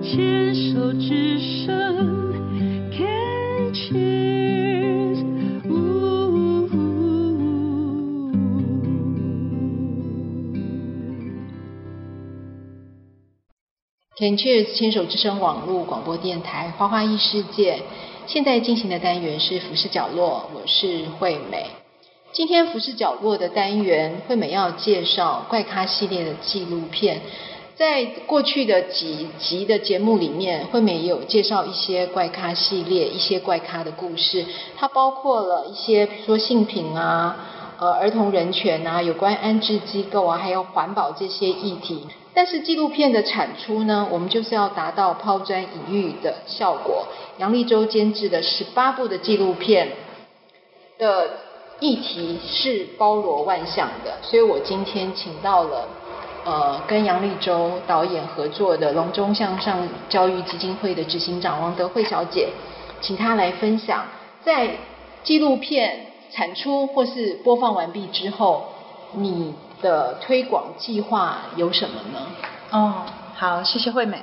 牵手之声，Can cheers。 Can Cheers 牵手之声网络广播电台《花花异世界》，现在进行的单元是服饰角落，我是惠美。今天服饰角落的单元，惠美要介绍怪咖系列的纪录片。在过去的几集的节目里面，惠美也有介绍一些怪咖系列、一些怪咖的故事，它包括了一些比如说性品啊、呃儿童人权啊、有关安置机构啊，还有环保这些议题。但是纪录片的产出呢，我们就是要达到抛砖引玉的效果。杨立洲监制的十八部的纪录片的议题是包罗万象的，所以我今天请到了呃跟杨立洲导演合作的隆中向上教育基金会的执行长王德惠小姐，请她来分享在纪录片产出或是播放完毕之后，你的推广计划有什么呢？哦，好，谢谢惠美。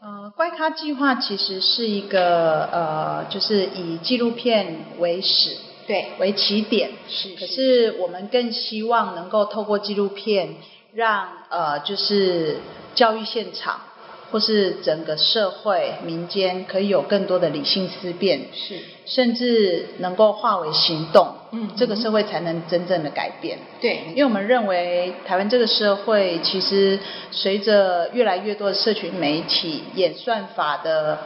呃，怪咖计划其实是一个呃，就是以纪录片为始对，为起点，是可是我们更希望能够透过纪录片让，呃，就是教育现场或是整个社会民间可以有更多的理性思辨，是，甚至能够化为行动，嗯这个社会才能真正的改变。因对，为我们认为台湾这个社会，其实随着越来越多的社群媒体演算法的，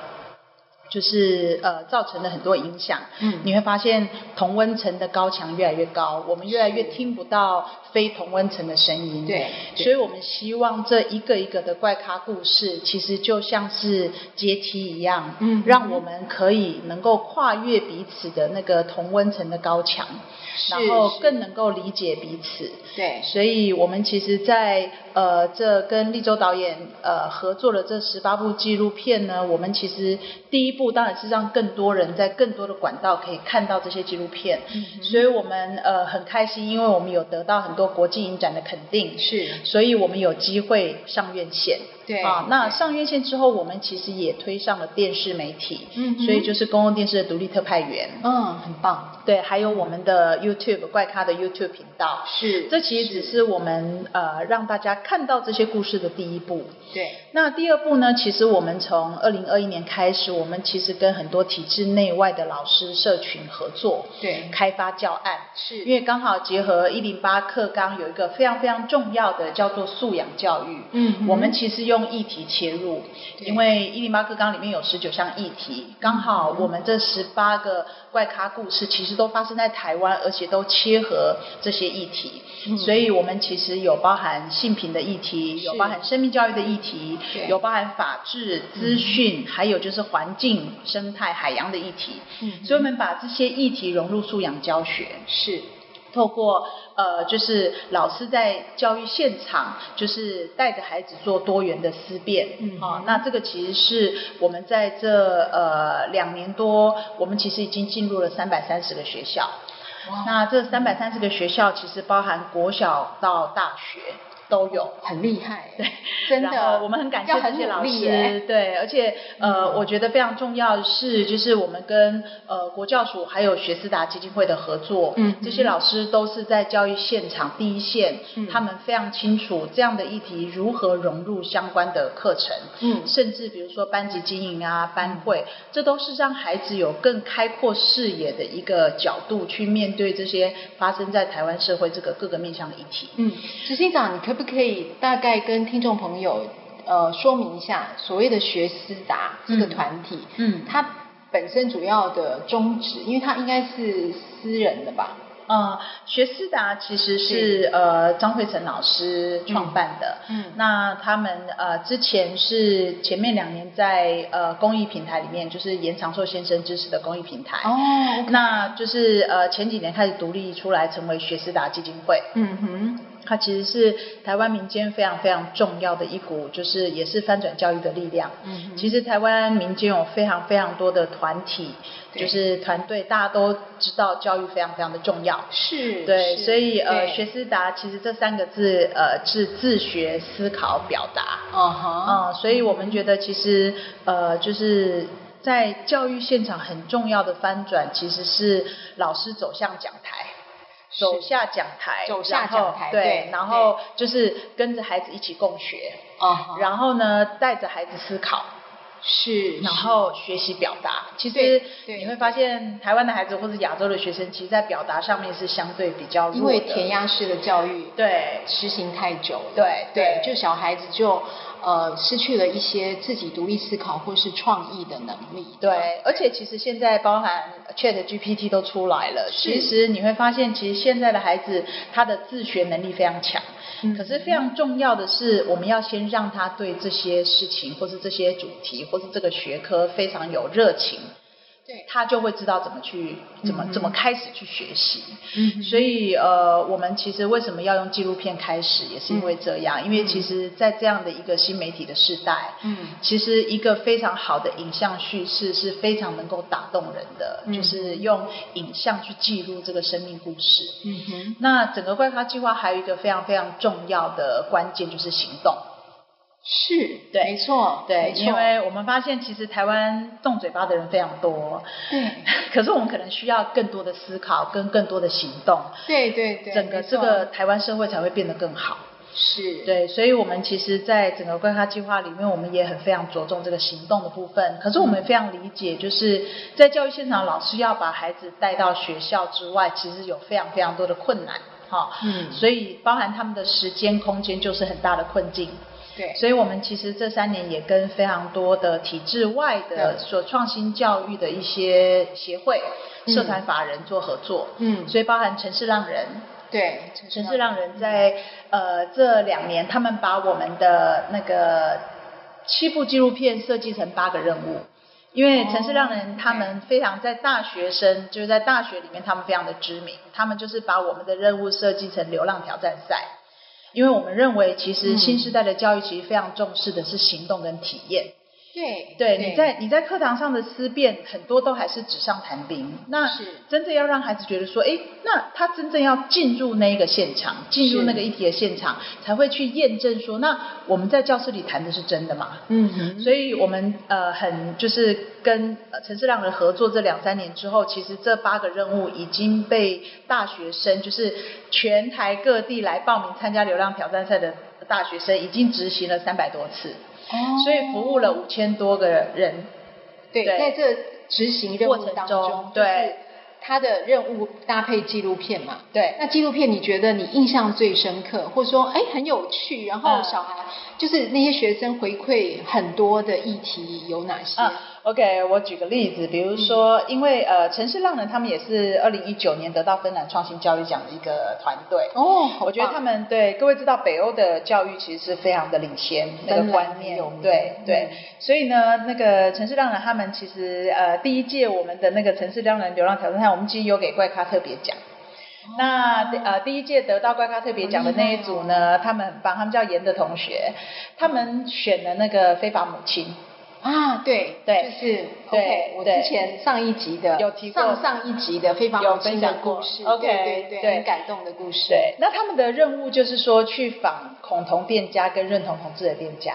就是呃造成了很多影响。嗯你会发现同温层的高墙越来越高，我们越来越听不到非同温层的声音。对对所以我们希望这一个一个的怪咖故事，其实就像是阶梯一样，嗯让我们可以能够跨越彼此的那个同温层的高墙，然后是更能够理解彼此。对，所以我们其实在，呃这跟立州导演呃合作的这十八部纪录片呢，我们其实第一步当然是让更多人在更多的管道可以看到这些纪录片，所以我们呃很开心，因为我们有得到很多国际影展的肯定，是，所以我们有机会上院线。对啊，那对上院线之后，我们其实也推上了电视媒体，嗯哼所以就是公共电视的独立特派员，嗯，很棒，对，还有我们的 YouTube 怪咖的 YouTube 频道，是，这其实只是我们呃让大家看到这些故事的第一步。对，那第二步呢？其实我们从二零二一年开始，我们其实跟很多体制内外的老师社群合作，对开发教案。是，因为刚好结合一零八课纲有一个非常非常重要的叫做素养教育，嗯哼我们其实用议题切入，对因为一零八课纲里面有十九项议题，刚好嗯我们这十八个怪咖故事其实都发生在台湾，而且都切合这些议题，嗯所以我们其实有包含性平的议题，是有包含生命教育的议题对，嗯有包含法治、资讯，还有就是环境、生态、海洋的议题，嗯所以我们把这些议题融入素养教学。是，透过呃，就是老师在教育现场，就是带着孩子做多元的思辨，嗯哦，那这个其实是我们在这呃两年多，我们其实已经进入了三百三十个学校，哇那这三百三十个学校其实包含国小到大学都有，很厉害，对，真然的，后我们很感谢要这很些努老力耶，嗯师，对，而且呃，我觉得非常重要的是，就是我们跟呃国教署还有学思达基金会的合作，嗯这些老师都是在教育现场第一线，嗯他们非常清楚这样的议题如何融入相关的课程，嗯甚至比如说班级经营啊、班会，这都是让孩子有更开阔视野的一个角度去面对这些发生在台湾社会这个各个面向的议题。嗯，执行长，你可不可以大概跟听众朋友呃说明一下所谓的学思达这个嗯团体，嗯它本身主要的宗旨，因为它应该是私人的吧？呃，学思达其实是呃张惠成老师创办的。嗯嗯那他们呃之前是前面两年在呃公益平台里面，就是严长寿先生支持的公益平台。哦，那就是呃前几年开始独立出来，成为学思达基金会。嗯哼，它其实是台湾民间非常非常重要的一股，就是也是翻转教育的力量。嗯哼其实台湾民间有非常非常多的团体，对就是团队，大家都知道教育非常非常的重要。是，对，是所以呃，对学思达其实这三个字呃是自学、思考、表达。哦哈，嗯，所以我们觉得其实呃，就是在教育现场很重要的翻转，其实是老师走向讲台。走是下讲台，走下然后讲台对，对然后就是跟着孩子一起共学，哦哈，然后呢，带着孩子思考，是，然是后学习表达。其实对对你会发现，台湾的孩子或是亚洲的学生，其实在表达上面是相对比较弱的，因为填鸭式的教育对实行太久了，对对就小孩子就呃失去了一些自己独立思考或是创意的能力，对，而且其实现在包含 Chat GPT 都出来了，是其实你会发现，其实现在的孩子他的自学能力非常强。嗯可是非常重要的是，我们要先让他对这些事情，或是这些主题，或是这个学科非常有热情，对，他就会知道怎么去怎么嗯怎么开始去学习。嗯所以呃，我们其实为什么要用纪录片开始，也是因为这样，因为其实，在这样的一个新媒体的时代，嗯其实一个非常好的影像叙事是非常能够打动人的，嗯就是用影像去记录这个生命故事。嗯哼，那整个怪咖计划还有一个非常非常重要的关键就是行动，是，对没错，对没，错因为我们发现其实台湾动嘴巴的人非常多， 对可是我们可能需要更多的思考跟更多的行动，对对对，整个没这错个台湾社会才会变得更好。是，对，所以我们其实，在整个怪咖计划里面，我们也很非常着重这个行动的部分。可是我们非常理解，就是在教育现场，老师要把孩子带到学校之外，其实有非常非常多的困难，哈、嗯所以包含他们的时间、空间就是很大的困境。对，所以我们其实这三年也跟非常多的体制外的对所创新教育的一些协会、嗯社团法人做合作，嗯所以包含城市浪人，对，城市让人在呃这两年，他们把我们的那个七部纪录片设计成八个任务，因为城市让人他们非常在大学生，就是在大学里面他们非常的知名，他们就是把我们的任务设计成流浪挑战赛。因为我们认为，其实嗯新时代的教育其实非常重视的是行动跟体验。对对，你在你在课堂上的思辨，很多都还是纸上谈兵。那是真正要让孩子觉得说，诶，那他真正要进入那一个现场，进入是那个议题的现场，才会去验证说，那我们在教室里谈的是真的吗？嗯哼，所以我们呃很就是跟呃陈世亮人合作这两三年之后，其实这八个任务已经被大学生，就是全台各地来报名参加流浪挑战赛的大学生，已经执行了三百多次。哦所以服务了五千多个人。对，对在这执行任过务程当中中，对，他的任务搭配纪录片嘛。对那纪录片你觉得你印象最深刻，或者说哎很有趣，然后嗯小孩、就是那些学生回馈很多的议题有哪些？啊，OK，我举个例子，比如说，因为呃，城市浪人他们也是二零一九年得到芬兰创新教育奖的一个团队。哦，好我觉得棒他们对各位知道北欧的教育其实是非常的领先那个芬兰观念有名，对对嗯，所以呢，那个城市浪人他们其实呃第一届我们的那个城市浪人流浪挑战赛，我们其实有给怪咖特别奖。哦那呃第一届得到怪咖特别奖的那一组呢，他们很棒，他们叫严的同学，他们选了那个非法母亲，啊，对对就是对 OK，我对之前上一集的有提过上上一集的非常有好听分的享过故事 OK，对对对很感动的故事，对，那他们的任务就是说去访恐同店家跟认同同志的店家。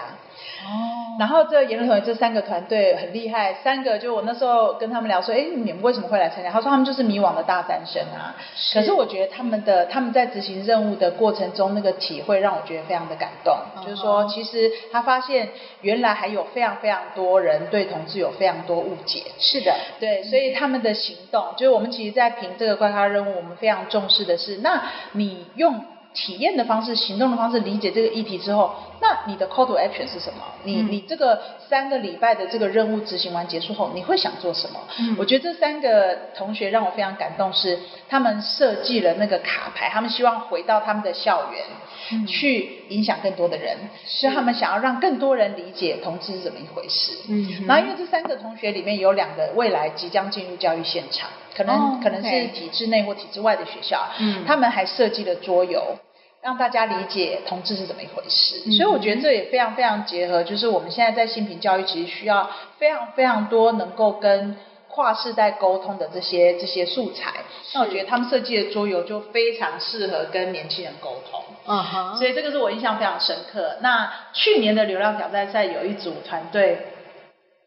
哦，然后这言论同学这三个团队很厉害，三个就我那时候跟他们聊说，哎，你们为什么会来参加？他说他们就是迷惘的大三生啊。是可是我觉得他们的他们在执行任务的过程中那个体会让我觉得非常的感动，嗯哼就是说其实他发现原来还有非常非常多人对同志有非常多误解。是的，对，所以他们的行动，就是我们其实，在评这个怪咖任务，我们非常重视的是，那你用体验的方式、行动的方式理解这个议题之后，那你的 call to action 是什么？你、嗯你这个三个礼拜的这个任务执行完结束后，你会想做什么？嗯我觉得这三个同学让我非常感动是，他们设计了那个卡牌，他们希望回到他们的校园。嗯去影响更多的人，所以他们想要让更多人理解同志是怎么一回事。嗯然后因为这三个同学里面有两个未来即将进入教育现场，可能、哦可能是 OK 体制内或体制外的学校，嗯他们还设计了桌游。让大家理解同志是怎么一回事。嗯所以我觉得这也非常非常结合，就是我们现在在性平教育其实需要非常非常多能够跟跨世代沟通的这些这些素材。那我觉得他们设计的桌游就非常适合跟年轻人沟通。嗯哼，所以这个是我印象非常深刻。那去年的流浪挑战赛有一组团队，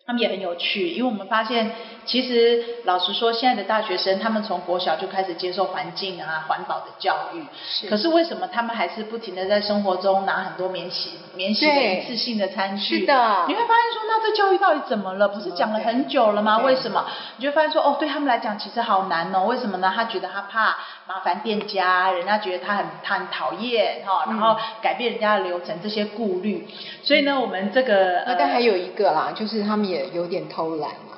他们也很有趣，因为我们发现，其实老实说，现在的大学生他们从国小就开始接受环境啊、环保的教育，是可是为什么他们还是不停的在生活中拿很多免洗、免洗的对一次性的餐具？是的你会发现说，那这教育到底怎么了？不是讲了很久了吗？对为什么？你就会发现说，哦，对他们来讲其实好难哦。为什么呢？他觉得他怕麻烦店家，人家觉得他很他很讨厌哈、嗯然后改变人家的流程这些顾虑。所以呢，我们这个那呃，但还有一个啦，就是他们也有点偷懒嘛，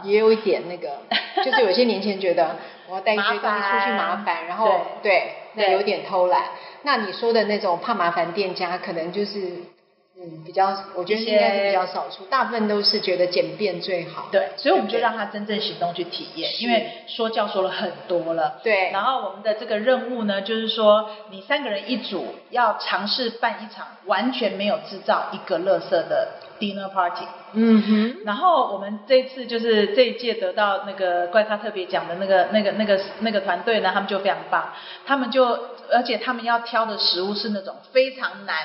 嗯。也有一点那 个，就是有些年轻人觉得我要带一堆东西出去麻麻烦烦，然后对，那对有点偷懒。那你说的那种怕麻烦店家，可能就是嗯比较，我觉得一些应该是比较少数，大部分都是觉得简便最好。对，所以我们就对让他真正行动去体验，是因为说教说了很多了。对然后我们的这个任务呢，就是说你三个人一组，要尝试办一场完全没有制造一个垃圾的 dinner party。嗯哼，然后我们这次就是这一届得到那个怪咖特别奖的那个那个那个那个团队呢，他们就非常棒，他们就而且他们要挑的食物是那种非常难。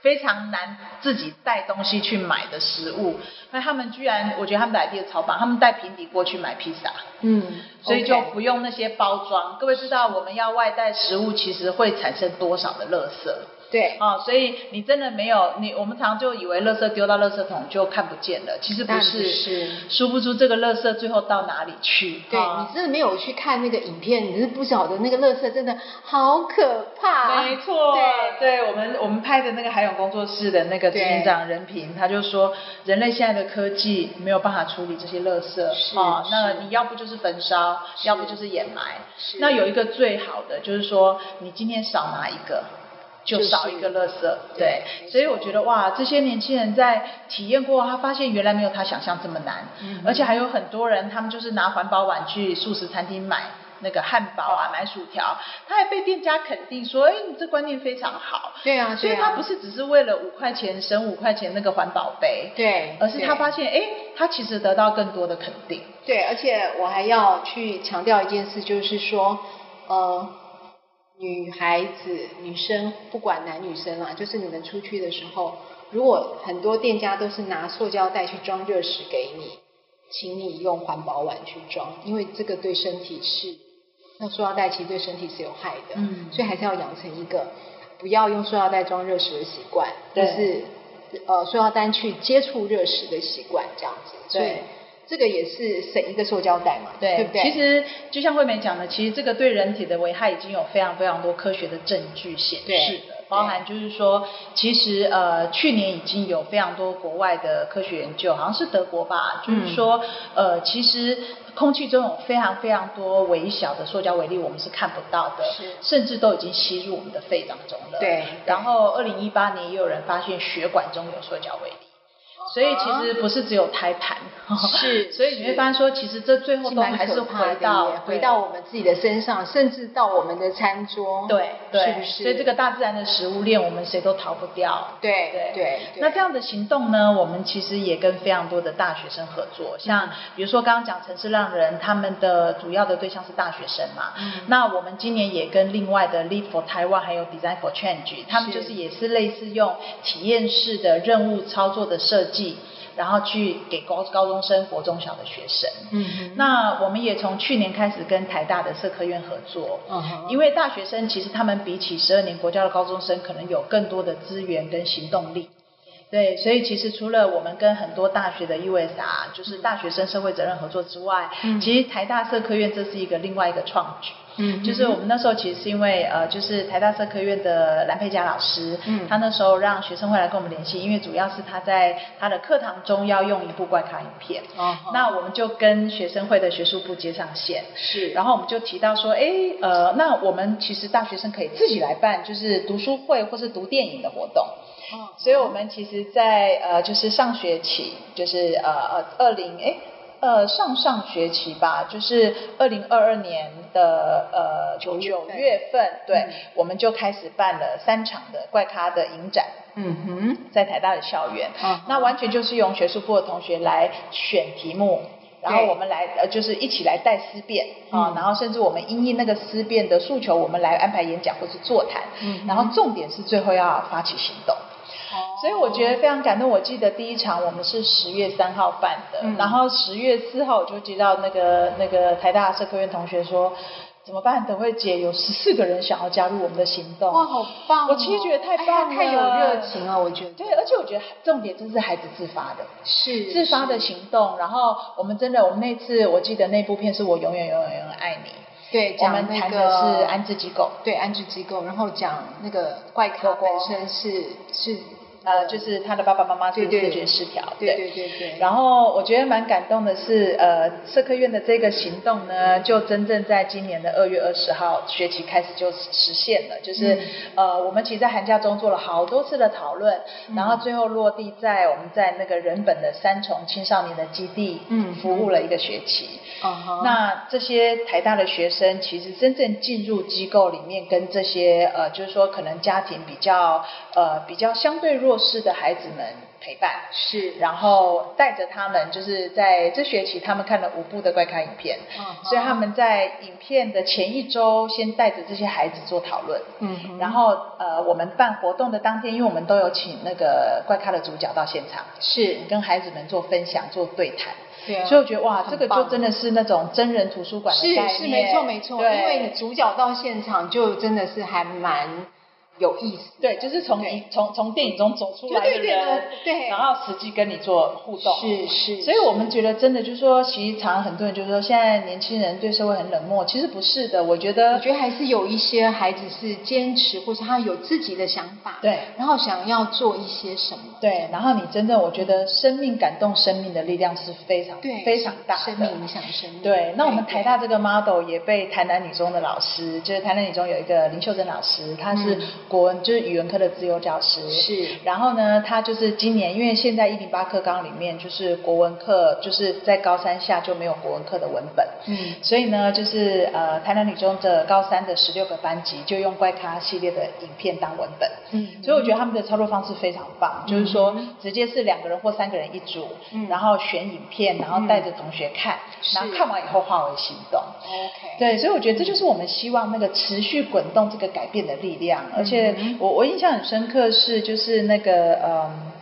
非常难自己带东西去买的食物，那他们居然，我觉得他们的 idea 超棒，他们带平底锅去买披萨，嗯，所以就 OK 不用那些包装。各位知道我们要外带食物，其实会产生多少的垃圾？对，哦，所以你真的没有你，我们常就以为垃圾丢到垃圾桶就看不见了，其实不但不是，是殊不知这个垃圾最后到哪里去。对哦你真的没有去看那个影片，你是不晓得那个垃圾真的好可怕。没错，对对我们我们拍的那个海勇工作室的那个执行长任平，他就说，人类现在的科技没有办法处理这些垃圾是哦，那是你要不就是焚烧，是要不就是掩埋。是那有一个最好的就是说，你今天少拿一个。就就是少一个垃圾，对对，没所以错我觉得哇，这些年轻人在体验过，他发现原来没有他想象这么难，嗯哼而且还有很多人他们就是拿环保碗去素食餐厅买那个汉堡哦啊，买薯条，他还被店家肯定说，哎，你这观念非常好，对啊，所以对他啊不是只是为了五块钱省五块钱那个环保杯，对，而是对他发现，哎，他其实得到更多的肯定，对，而且我还要去强调一件事，就是说，呃，女孩子、女生，不管男女生啦，就是你们出去的时候，如果很多店家都是拿塑胶袋去装热食给你，请你用环保碗去装，因为这个对身体是，那塑料袋其实对身体是有害的，嗯所以还是要养成一个不要用塑料袋装热食的习惯，就对是呃塑料袋去接触热食的习惯这样子，所以对这个也是省一个塑胶袋嘛，对对不对？其实就像惠美讲的，其实这个对人体的危害已经有非常非常多科学的证据显示对的，包含就是说，其实呃去年已经有非常多国外的科学研究，好像是德国吧，就嗯是说、呃其实。空气中有非常非常多微小的塑胶微粒，我们是看不到的是，甚至都已经吸入我们的肺当中了。对然后，二零一八年也有人发现血管中有塑胶微粒，哦所以其实不是只有胎 盘，是所以你会是发现说，其实这最后是都蛮还是可怕回的到耶对回到我们自己的身上，甚至到我们的餐桌，对对，是不是？所以这个大自然的食物链，我们谁都逃不掉。对对对对那这样的行动呢，我们其实也跟非常多的大学生合作，嗯像比如说刚刚讲城市浪人，他们的主要的对象是大学生嘛。嗯那我们今年也跟另外的 Lead for Taiwan 还有 Design for Change，他们是就是也是类似用体验式的任务操作的设计，然后去给高高中生、国中小的学生。嗯哼那我们也从去年开始跟台大的社科院合作，嗯哼因为大学生其实他们比起十二年国教的高中生，可能有更多的资源跟行动力。对，所以其实除了我们跟很多大学的 USR，就是大学生社会责任合作之外，嗯其实台大社科院这是一个另外一个创举。嗯哼就是我们那时候其实是因为呃，就是台大社科院的蓝佩佳老师，嗯他那时候让学生会来跟我们联系，因为主要是他在他的课堂中要用一部怪咖影片，哦好那我们就跟学生会的学术部接上线，是，然后后我们就提到说，诶，呃，那我们其实大学生可以自己来办，就是读书会或是读电影的活动。所以我们其实在，呃，就是上学期，就是呃呃，二零诶呃上上学期吧，就是二零二二年的呃九月九份月份，对、嗯我们就开始办了三场的怪咖的影展，嗯哼，在台大的校园。啊那完全就是用学术部的同学来选题目，然后对我们来呃就是一起来带思辨啊、嗯然后甚至我们因应那个思辨的诉求，我们来安排演讲或是座谈，嗯然后重点是最后要发起行动。所以我觉得非常感动。我记得第一场我们是十月三号办的，嗯然后十月四号我就接到那个那个台大社科院同学说，怎么办？等会姐有十四个人想要加入我们的行动。哇，好棒哦、我其实觉得太哎呀棒了，太有热情了，我觉得对，而且我觉得重点真是孩子自发的，是自发的是行动。然后我们真的，我们那次我记得那部片是我永远永远永远爱你，对，我讲们那谈个的是安置机构，对安置机构，然后讲那个怪咖狗狗本身是是呃，就是他的爸爸妈妈是对对视觉失调，对对对对，后然后我觉得蛮感动的是，呃，社科院的这个行动呢，就真正在今年的二月二十号学期开始就实现了。就是、嗯呃，我们其实在寒假中做了好多次的讨论，嗯然后最后落地在我们在那个人本的三重青少年的基地，嗯服务了一个学期。那那这些台大的学生，其实真正进入机构里面，跟这些呃，就是说可能家庭比较呃比较相对弱势的孩子们陪伴，是然后带着他们，就是在这学期他们看了五部的怪咖影片，嗯哦所以他们在影片的前一周先带着这些孩子做讨论，嗯哼然后呃，我们办活动的当天，因为我们都有请那个怪咖的主角到现场，是跟孩子们做分享、做对谈，对啊，所以我觉得哇，很这个就棒真的是那种真人图书馆的概是念，是没错没错，因对为你主角到现场就真的是还蛮有意思的，对，就是从对一从从电影中走出来对的对对人，对然后实际跟你做互动，是是所以我们觉得真的就是说，其实常常很多人就是说，现在年轻人对社会很冷漠，其实不是的，我觉得我觉得还是有一些孩子是坚持，或是他有自己的想法，对然后想要做一些什么，对，然后你真正我觉得生命感动生命的力量是非常对，非常大的，生命影响生命。对，那我们台大这个 model 也被台南女中的老师，就是台南女中有一个林秀珍老师，她是嗯国文、就是语文科的自由教师。是然后呢，她就是今年，因为现在一零八课纲里面就是国文课，就是在高三下就没有国文课的文本。嗯所以呢，就是呃，台南女中的高三的十六个班级就用怪咖系列的影片当文本。嗯所以我觉得他们的操作方式非常棒，就是说嗯直接是两个人或三个人一组，嗯然后选影片，然后带着同学看，是然后看完以后化为行动。 OK，对，所以我觉得这就是我们希望那个持续滚动这个改变的力量。而且嗯我我印象很深刻是就是那个嗯，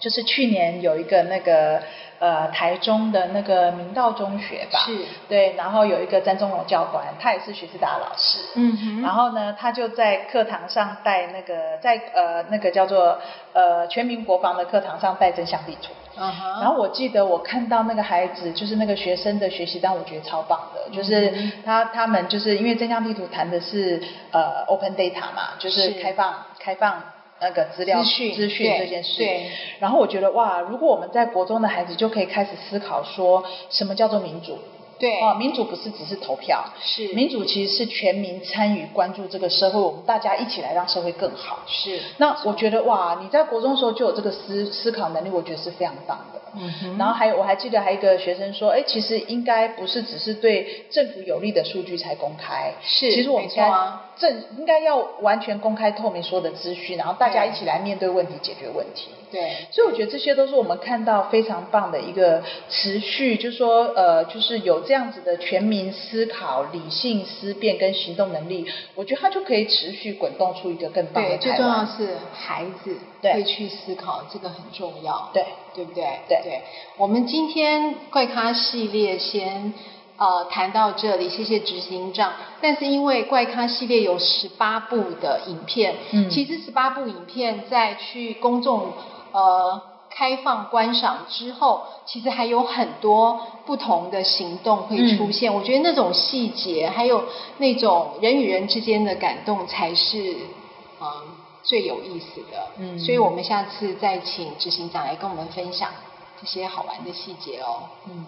就是去年有一个那个呃台中的那个明道中学吧，是对，然后有一个詹宗荣教官，他也是徐志达老师，嗯哼，然后呢，他就在课堂上带那个在呃那个叫做呃全民国防的课堂上带真相地图。嗯哼，然后我记得我看到那个孩子，就是那个学生的学习单，我觉得超棒的。就是嗯他他们就是因为真相地图谈的是呃 open data 嘛，就是是开放开放那个资料资讯资讯对这件事对。然后我觉得哇，如果我们在国中的孩子就可以开始思考说什么叫做民主。对哦，民主不是只是投票，是民主其实是全民参与、关注这个社会，我们大家一起来让社会更好。是那我觉得哇，你在国中的时候就有这个思思考能力，我觉得是非常棒的。嗯哼然后还有，我还记得还有一个学生说，哎，其实应该不是只是对政府有利的数据才公开，是其实我们没应错该啊正应该要完全公开透明所有的资讯，然后大家对一起来面对问题、解决问题。对所以我觉得这些都是我们看到非常棒的一个持续，就是说呃，就是有这样子的全民思考、理性思辨跟行动能力，我觉得它就可以持续滚动出一个更棒的对，最台重要湾。是孩子对会去思考，这个很重要。对，对不对？对我们今天怪咖系列先呃谈到这里，谢谢执行长。但是因为怪咖系列有十八部的影片，嗯其实十八部影片在去公众呃开放观赏之后，其实还有很多不同的行动会嗯出现。我觉得那种细节，还有那种人与人之间的感动，才是嗯。最有意思的，嗯所以我们下次再请执行长来跟我们分享这些好玩的细节哦。嗯。